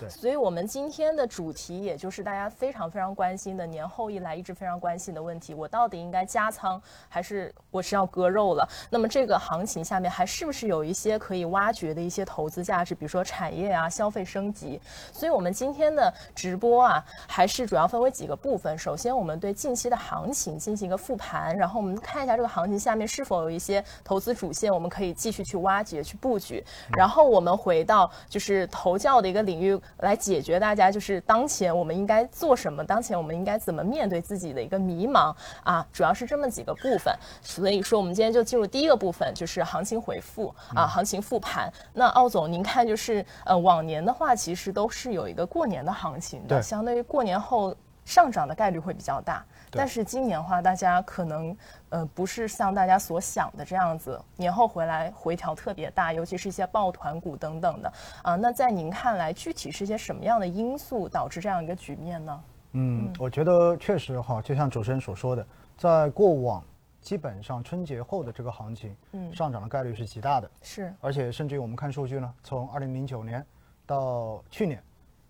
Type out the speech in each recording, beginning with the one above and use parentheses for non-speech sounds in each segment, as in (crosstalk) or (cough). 对所以我们今天的主题也就是大家非常非常关心的，年后以来一直非常关心的问题：我到底应该加仓，还是我是要割肉了？那么这个行情下面还是不是有一些可以挖掘的一些投资价值，比如说产业啊、消费升级？所以我们今天的直播啊，还是主要分为几个部分。首先，我们对近期的行情进行一个复盘，然后我们看一下这个行情下面是否有一些投资主线，我们可以继续去挖掘、去布局。然后我们回到就是投教的一个领域来解决大家就是当前我们应该做什么，当前我们应该怎么面对自己的一个迷茫啊，主要是这么几个部分。所以说，我们今天就进入第一个部分，就是行情回复嗯啊，行情复盘。那奥总，您看就是呃，往年的话其实都是有一个过年的行情的，对相对于过年后上涨的概率会比较大。对但是今年的话，大家可能呃不是像大家所想的这样子，年后回来回调特别大，尤其是一些抱团股等等的啊。那在您看来，具体是一些什么样的因素导致这样一个局面呢？嗯，我觉得确实哈，就像主持人所说的，在过往基本上春节后的这个行情，嗯上涨的概率是极大的，是，而且甚至于我们看数据呢，从二零零九年到去年，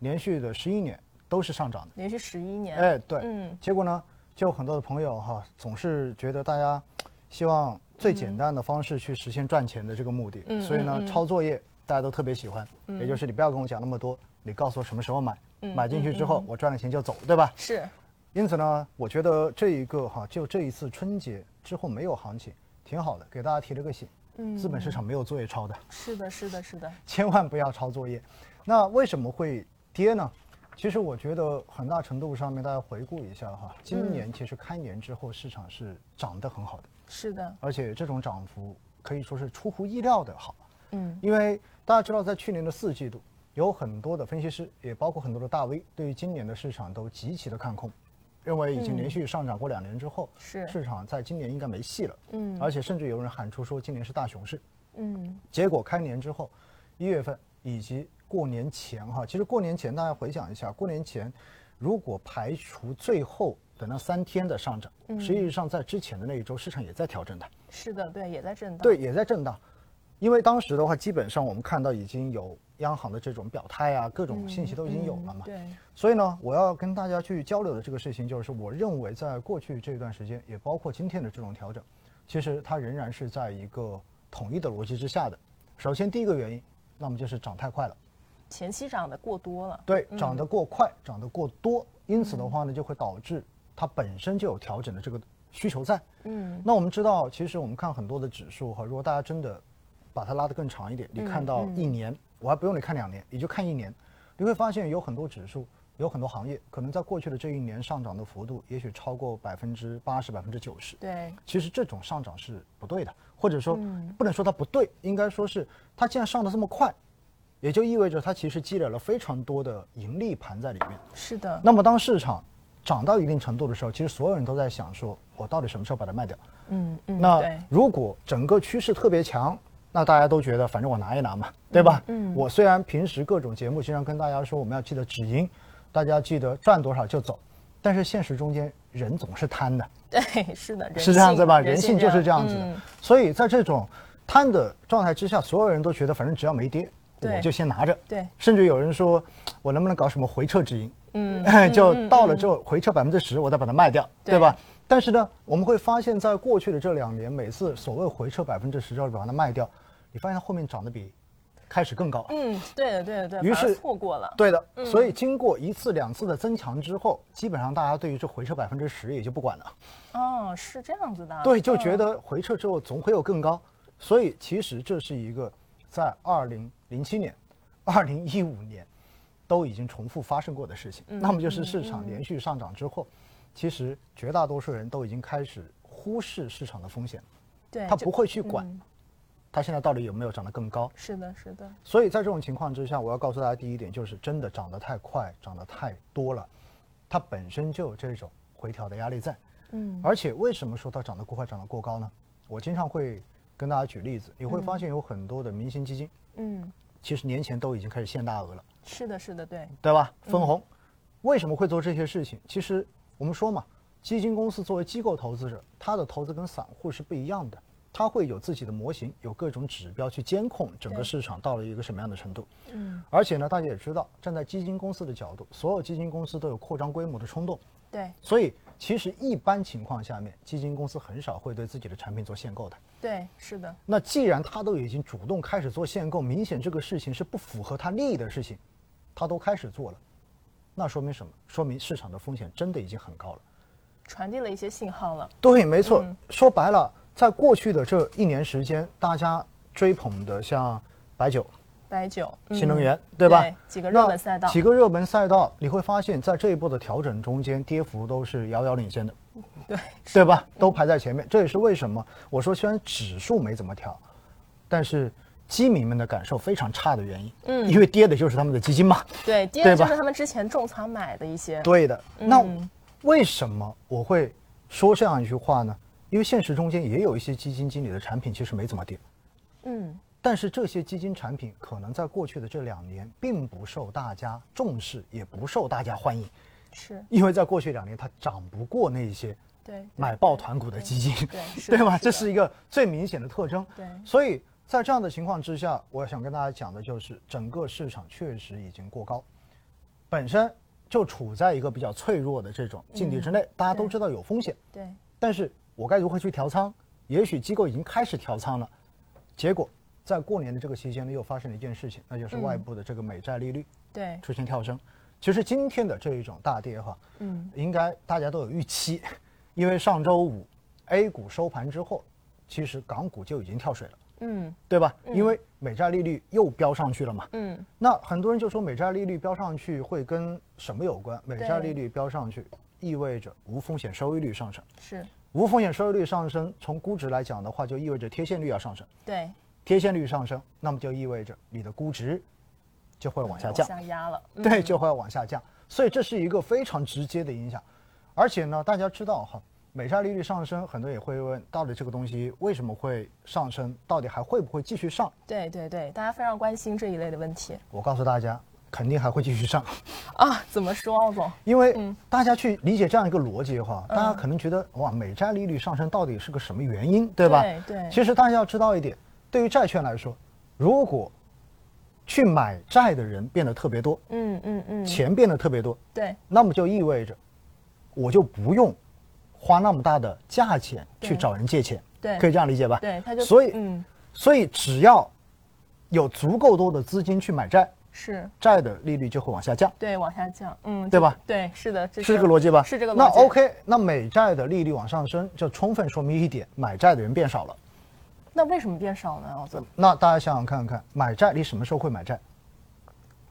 连续的十一年都是上涨的。连续十一年，哎，对，嗯结果呢，就很多的朋友哈，总是觉得大家希望最简单的方式去实现赚钱的这个目的，嗯所以呢，嗯嗯嗯抄作业大家都特别喜欢，也就是你不要跟我讲那么多，你告诉我什么时候买，买进去之嗯后、我赚了钱就走，对吧？是，因此呢，我觉得这一个哈，就这一次春节之后没有行情，挺好的，给大家提了个醒。嗯资本市场没有作业抄的，是的，是的，是的，千万不要抄作业。那为什么会跌呢？其实我觉得很大程度上面，大家回顾一下哈，今年其实开年之后市场是涨得很好的，是的，而且这种涨幅可以说是出乎意料的好。嗯因为大家知道，在去年的四季度，有很多的分析师，也包括很多的大 V，对于今年的市场都极其的看空，认为已经连续上涨过两年之后，嗯是市场在今年应该没戏了。嗯而且甚至有人喊出说今年是大熊市。嗯，结果开年之后，一月份以及过年前哈，其实过年前大家回想一下，过年前如果排除最后的那三天的上涨，嗯实际上在之前的那一周市场也在调整的，是的，对，也在震荡，对，，也在震荡。因为当时的话，基本上我们看到已经有央行的这种表态啊，各种信息都已经有了嘛。嗯对，所以呢，我要跟大家去交流的这个事情，就是我认为在过去这段时间，也包括今天的这种调整，其实它仍然是在一个统一的逻辑之下的。首先，第一个原因，那么就是涨太快了，前期涨得过多了，对，涨得过快，涨得过多，因此的话呢，就会导致它本身就有调整的这个需求在。嗯那我们知道，其实我们看很多的指数哈，如果大家真的把它拉得更长一点，你看到一年，我还不用你看两年，你就看一年，你会发现有很多指数，有很多行业，可能在过去的这一年上涨的幅度，也许超过百分之八十、百分之九十。对，其实这种上涨是不对的，或者说不能说它不对，应该说是它既然上得这么快，也就意味着它其实积累了非常多的盈利盘在里面。是的，那么当市场涨到一定程度的时候，其实所有人都在想说，我到底什么时候把它卖掉？嗯嗯，那对，如果整个趋势特别强，那大家都觉得反正我拿一拿嘛，对吧？嗯，我虽然平时各种节目经常跟大家说我们要记得止盈，大家记得赚多少就走，但是现实中间人总是贪的，对，是的，人是这样子吧？性人性就是这样子的。嗯所以在这种贪的状态之下，所有人都觉得反正只要没跌，对我就先拿着。对甚至有人说，我能不能搞什么回撤止盈？嗯， (laughs) 就到了之后回撤百分之十，我再把它卖掉，对对吧？但是呢，我们会发现，在过去的这两年，每次所谓回撤百分之十之后把它卖掉，你发现它后面涨得比开始更高。嗯，对的，对的，对的，于反而是错过了，对的，所以经过一次两次的增强之后，基本上大家对于这回撤百分之十也就不管了。哦，是这样子的啊，对，就觉嗯得回撤之后总会有更高，所以其实这是一个在二零零七年、二零一五年都已经重复发生过的事情。嗯那么就是市场连续上涨之后，其实绝大多数人都已经开始忽视市场的风险，对，他哎就嗯不会去管它现在到底有没有涨得更高。是的，是的，所以在这种情况之下，我要告诉大家第一点就是，真的涨得太快，涨得太多了，它本身就有这种回调的压力在。嗯，而且为什么说它涨得过快，涨得过高呢？我经常会跟大家举例子，你会发现有很多的明星基金，嗯，其实年前都已经开始限大额了，是的，是的，对，对吧？嗯分红，为什么会做这些事情？其实我们说嘛，基金公司作为机构投资者，它的投资跟散户是不一样的。它会有自己的模型，有各种指标去监控整个对市场到了一个什么样的程度。嗯，而且呢，大家也知道，站在基金公司的角度，所有基金公司都有扩张规模的冲动，对所以其实一般情况下面，基金公司很少会对自己的产品做限购的。对，是的，那既然他都已经主动开始做限购，明显这个事情是不符合他利益的事情，他都开始做了，那说明什么？说明市场的风险真的已经很高了。传递了一些信号了。对，没错。嗯说白了，在过去的这一年时间，大家追捧的像白酒、白酒、新能嗯源，对吧？对几个热那门赛道几个热门赛道，你会发现在这一波的调整中间，跌幅都是遥遥领先的，对对吧？都排在前面，这也是为什么我说虽然指数没怎么调，但是基民们的感受非常差的原因，嗯，因为跌的就是他们的基金嘛。对，第对二就吧是他们之前重仓买的一些，对的，那为什么我会说这样一句话呢？因为现实中间也有一些基金经理的产品其实没怎么跌，嗯，但是这些基金产品可能在过去的这两年并不受大家重视，也不受大家欢迎，是因为在过去两年它涨不过那一些对，买爆团股的基金，对 (laughs) 是的对吧？是这的是一个最明显的特征。对所以在这样的情况之下，我想跟大家讲的就是，整个市场确实已经过高，本身就处在一个比较脆弱的这种境地之内，大家都知道有风险，嗯对对但是我该如何去调仓？也许机构已经开始调仓了，结果在过年的这个期间呢，又发生了一件事情，那就是嗯外部的这个美债利率。对出现跳升。其实今天的这一种大跌哈，嗯，应该大家都有预期， (laughs) 因为上周五 A 股收盘之后，其实港股就已经跳水了，嗯对吧？因为美债利率又飙上去了嘛。嗯，那很多人就说美债利率飙上去会跟什么有关？美债对利率飙上去意味着无风险收益率上升，是无风险收益率上升，从估值来讲的话，就意味着贴现率要上升，对，贴现率上升，那么就意味着你的估值就会往下降。下压了，嗯对，就会往下降。所以这是一个非常直接的影响。而且呢，大家知道哈，美债利率上升，很多人也会问，到底这个东西为什么会上升？到底还会不会继续上？对对对，大家非常关心这一类的问题我告诉大家，肯定还会继续上，啊，怎么说，奥总？因嗯为大家去理解这样一个逻辑哈，大家可能觉得哇，美债利率上升到底是个什么原因，对吧？对对其实大家要知道一点，对于债券来说，如果去买债的人变得特别多，嗯嗯嗯，钱变得特别多，对那么就意味着我就不用花那么大的价钱去找人借钱，对可以这样理解吧？对，他就啊所以、嗯所以只要有足够多的资金去买债，是。债的利率就会往下降，对，往下降，嗯，对吧就？对，是的，这是这个逻辑吧？是这个逻辑。那 OK，那美债的利率往上升，就充分说明一点，买债的人变少了。那为什么变少呢？奥总，那大家想想看看，买债你什么时候会买债？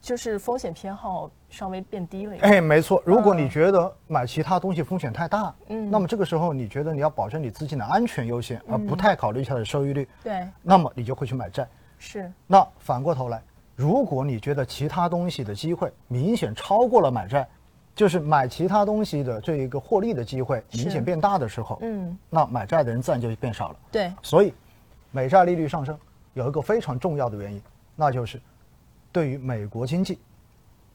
就是风险偏好稍微变低了一点。哎，没错。如果嗯你觉得买其他东西风险太大，嗯，那么这个时候你觉得你要保证你资金的安全优先，而嗯不太考虑它的收益率，对，那么你就会去买债。是，那反过头来，如果你觉得其他东西的机会明显超过了买债，就是买其他东西的这一个获利的机会明显变大的时候，嗯，那买债的人自然就变少了。对，所以，美债利率上升有一个非常重要的原因，那就是对于美国经济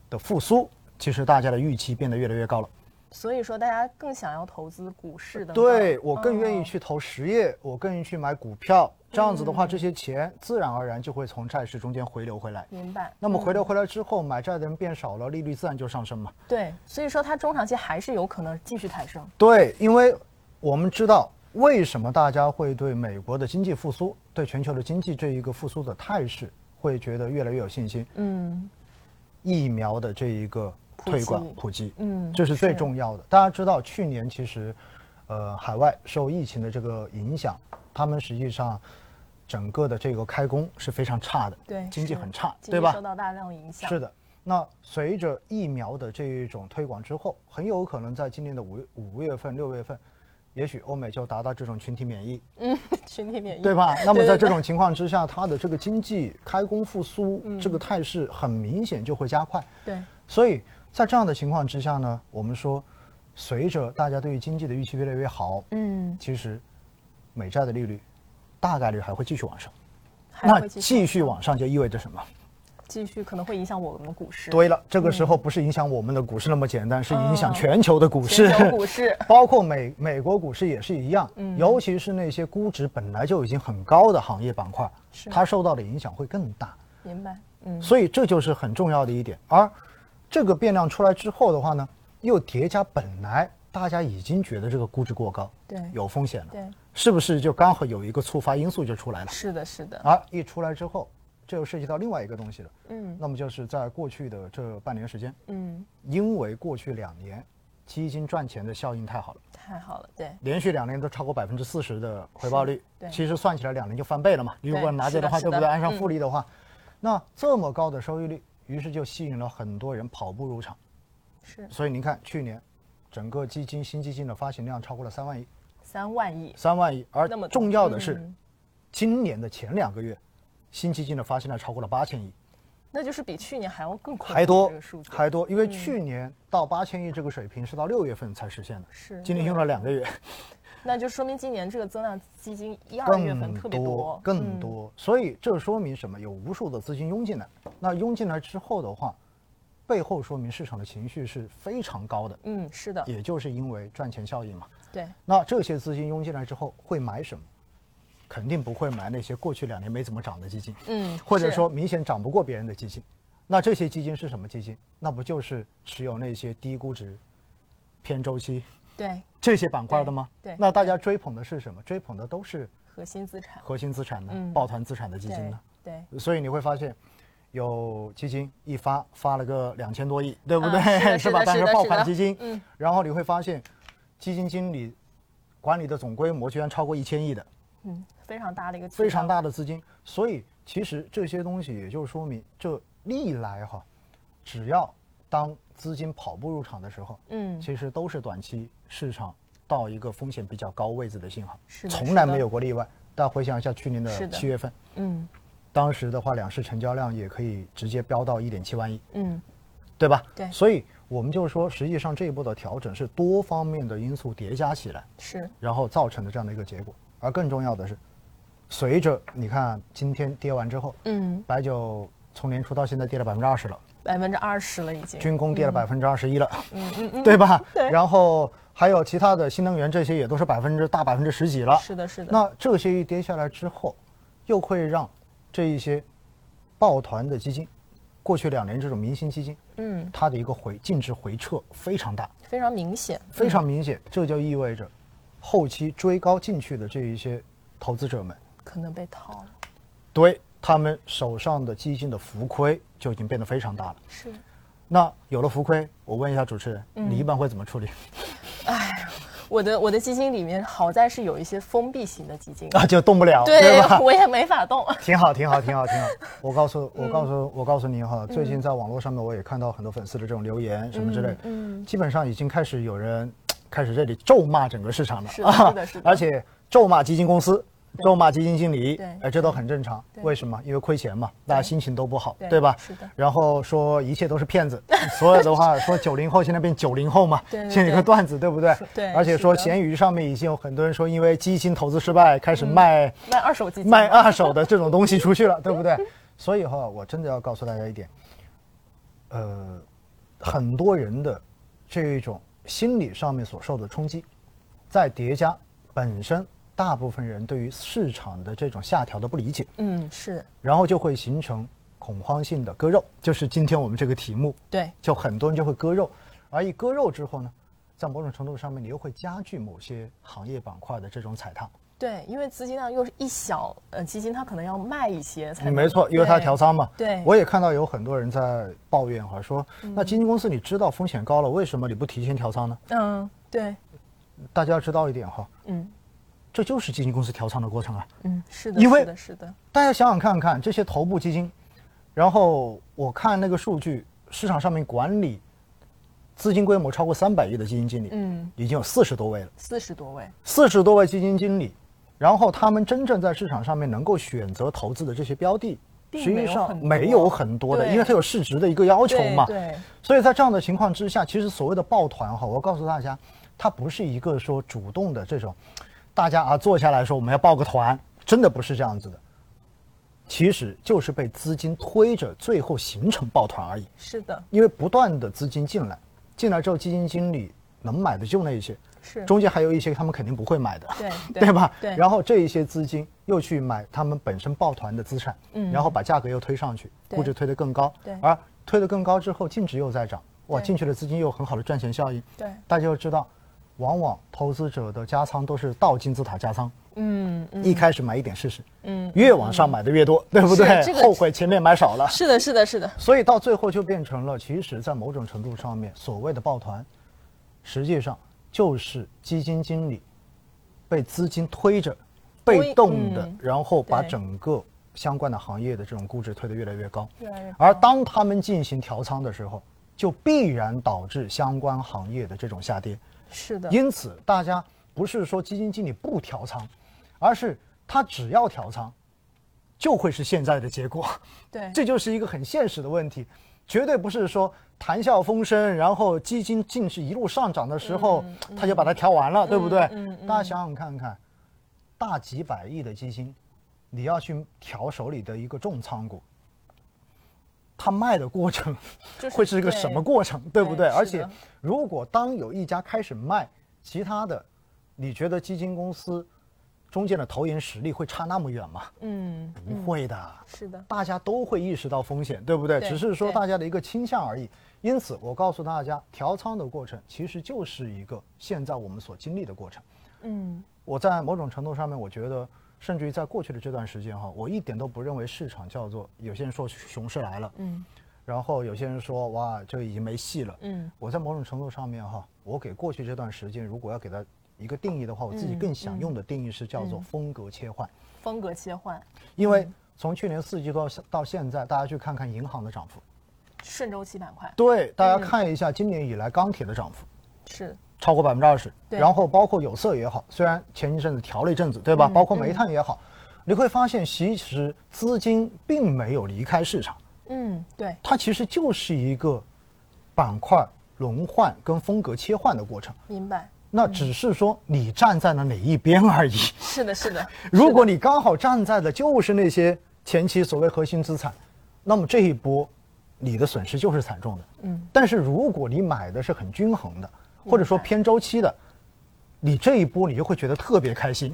的复苏，其实大家的预期变得越来越高了。所以说大家更想要投资股市等等。对我更愿意哦。去投实业，我更愿意去买股票，这样子的嗯话，这些钱自然而然就会从债市中间回流回来。嗯明白。那么回流回来之后，买债的人变少了，利率自然就上升嘛。对，所以说它中长期还是有可能继续抬升。对，因为我们知道为什么大家会对美国的经济复苏、对全球的经济这一个复苏的态势会觉得越来越有信心。嗯，疫苗的这一个推广普及普及，嗯这是最重要的。大家知道，去年其实，呃，海外受疫情的这个影响，他们实际上整个的这个开工是非常差的，对，经济是很差，经对济吧？受到大量影响。是的。那随着疫苗的这一种推广之后，很有可能在今年的五月五月份、六月份，也许欧美就达到这种群体免疫，嗯， (laughs) 群体免疫。对 (laughs) 吧？那么对在对这种情况之下，它的这个经济开工复苏嗯这个态势很明显就会加快。对，所以在这样的情况之下呢，我们说，随着大家对于经济的预期越来越好，嗯，其实美债的利率大概率还会继续往上。还那会继续。继续往上就意味着什么？继续可能会影响我们股市。对了，这个嗯时候不是影响我们的股市那么简单，是影响全球的股市，哦全球股市 (laughs) 嗯包括美美国股市也是一样。尤其是那些估值本来就已经很高的行业板块，是它受到的影响会更大。明白，嗯，所以这就是很重要的一点。而这个变量出来之后的话呢，又叠加本来大家已经觉得这个估值过高，对有风险了，对，是不是就刚好有一个触发因素就出来了？是的，是的，而一出来之后，这又涉及到另外一个东西了。嗯那么就是在过去的这半年时间，嗯，因为过去两年基金赚钱的效应太好了，太好了，对，连续两年都超过百分之四十的回报率对，其实算起来两年就翻倍了嘛。如果拿着的话，是的对不是对？的按上嗯复利的话，那这么高的收益率，于是就吸引了很多人跑步入场。是所以您看，去年整个基金新基金的发行量超过了三万亿，三万亿，三万亿。而那么多重要的是嗯，今年的前两个月，新基金的发行量超过了八千亿。那就是比去年还要更恐怖还多这个数字，嗯还多，因为去年到八千亿这个水平是到六月份才实现的，是今年用了两个月，那就说明今年这个增量基金一二月份更特别多，嗯更多，所以这说明什么？有无数的资金涌进来，那涌进来之后的话，背后说明市场的情绪是非常高的，嗯，是的，也就是因为赚钱效应嘛。对，那这些资金涌进来之后会买什么？肯定不会买那些过去两年没怎么涨的基金，嗯或者是说明显涨不过别人的基金。那这些基金是什么基金？那不就是持有那些低估值、偏周期对，这些板块的吗？对对那大家追捧的是什么？追捧的都是核心资产，核心资产的、嗯抱团资产的基金对呢。对，所以你会发现，有基金一发发了个两千多亿，对不对？啊是的是吧？的但是 (laughs) 是的爆是款的基金，嗯然后你会发现，基金经理管理的总规模居然超过一千亿的，嗯，非常大的一个，非常，大的资金。所以其实这些东西也就说明，这历来哈，只要当资金跑步入场的时候，嗯，其实都是短期市场到一个风险比较高位置的信号，是的从是来的没有过例外。大家回想一下去年是的的七月份，嗯当时的话，两市成交量也可以直接飙到一点七万亿，嗯，对吧？对所以我们就说，实际上这一波的调整是多方面的因素叠加起来，是，然后造成的这样的一个结果。而更重要的是，随着你看今天跌完之后，嗯，白酒从年初到现在跌了百分之二十了，百分之二十了已经，军工嗯跌了百分之二十一了，对吧？对然后还有其他的新能源这些也都是百分之大百分之十几了。是的，是的，那这些一跌下来之后，又会让这一些抱团的基金，过去两年这种明星基金，嗯，它的一个回净值回撤非常大，非常明显，非常明显。这就意味着，后期追高进去的这一些投资者们，嗯可能被套了，对他们手上的基金的浮亏就已经变得非常大了。是，那有了浮亏，我问一下主持人，嗯你一般会怎么处理？ (laughs) 我的我的基金里面好在是有一些封闭型的基金，啊，就动不了，对吧？ (laughs) 我也没法动，挺好，挺好，挺好，挺 (laughs) 好。我告诉，我告嗯诉，我告诉您哈，最近在网络上面我也看到很多粉丝的这种留言什么之类，嗯，基本上已经开始有人开始这里咒骂整个市场了，是的啊 (laughs) 是的是的而且咒骂基金公司。咒骂基金经理对，哎，这都很正常。为什么？因为亏钱嘛，大家心情都不好，对对吧？是的然后说一切都是骗子， (laughs) 所有 (laughs) 的话说九零后现在变九零后嘛，对对现在有个对段子，对不对？对而且是说的闲鱼上面已经有很多人说，因为基金投资失败，开嗯始卖卖二手基金，卖二手的这种东西出去了， (laughs) 对不对？所以哈，我真的要告诉大家一点，呃，很多人的这种心理上面所受的冲击，再叠加本身大部分人对于市场的这种下调的不理解，嗯，是然后就会形成恐慌性的割肉，就是今天我们这个题目，对，就很多人就会割肉，而一割肉之后呢，在某种程度上面，你又会加剧某些行业板块的这种踩踏。对，因为资金量又是一小，呃，基金它可能要卖一些才能。嗯没错，因为它对调仓嘛。对我也看到有很多人在抱怨哈，说那基金公司你知道风险高了，为什么你不提前调仓呢？嗯，对，大家要知道一点哈，嗯这就是基金公司调仓的过程啊。嗯，是的，因为是的，是的，大家想想看看这些头部基金，然后我看那个数据，市场上面管理资金规模超过三百亿的基金经理，嗯，已经有四十多位了，四十多位，四十多位基金经理，然后他们真正在市场上面能够选择投资的这些标的。并实没际有上很没多有很多的，对因为它有市值的一个要求对嘛。对，所以在这样的情况之下，其实所谓的抱团哈，我告诉大家，它不是一个说主动的这种，大家啊坐下来说我们要抱个团，真的不是这样子的。其实就是被资金推着，最后形成抱团而已。是的，因为不断的资金进来，进来之后基金经理能买的就那一些，是中间还有一些他们肯定不会买的，对 (laughs) 对吧？对然后这一些资金又去买他们本身抱团的资产，嗯然后把价格又推上去，对估值推得更高，对而推得更高之后，净值又在涨，哇，对进去的资金又有很好的赚钱效应。对大家要知道，往往投资者的加仓都是倒金字塔加仓，嗯嗯一开始买一点试试，嗯，越往上买的越多，对不对？这个后悔前面买少了。是的，是的，是的，所以到最后就变成了，其实，在某种程度上面，所谓的抱团，实际上就是基金经理被资金推着，推被动的嗯，然后把对整个相关的行业的这种估值推得越来越高。越来越而当他们进行调仓的时候，就必然导致相关行业的这种下跌。是的，因此，大家不是说基金经理不调仓，而是他只要调仓，就会是现在的结果。对，这就是一个很现实的问题，绝对不是说谈笑风生，然后基金净是一路上涨的时候，他就把它调完了，对不对？嗯嗯大家想想看看，大几百亿的基金，你要去调手里的一个重仓股，它卖的过程就是会是一个什么过程，对不对对？而是的且，如果当有一家开始卖，其他的，你觉得基金公司中间的投研实力会差那么远吗？嗯，不会的。是的，大家都会意识到风险，对不对？对只是说对大家的一个倾向而已。因此，我告诉大家，调仓的过程其实就是一个现在我们所经历的过程。嗯，我在某种程度上面，我觉得，甚至于在过去的这段时间哈，我一点都不认为市场叫做有些人说熊市来了，嗯，然后有些人说哇，这个已经没戏了，嗯，我在某种程度上面哈，我给过去这段时间，如果要给它一个定义的话，我自己嗯更想用的定义是叫做嗯风格切换。风格切换，因为从去年四季度到现在，大家去看看银行的涨幅，嗯顺周期板块对，大家看一下今年以来钢铁的涨幅是，超过百分之二十，对然后包括有色也好，虽然前一阵子调了一阵子，对吧？嗯包括煤炭也好，你会发现其实资金并没有离开市场，嗯，对，它其实就是一个板块轮换跟风格切换的过程。明白，那只是说你站在了哪一边而已。是的，是的，如果你刚好站在的就是那些前期所谓核心资产，那么这一波你的损失就是惨重的。嗯，但是如果你买的是很均衡的，或者说明白偏周期的，你这一波你就会觉得特别开心，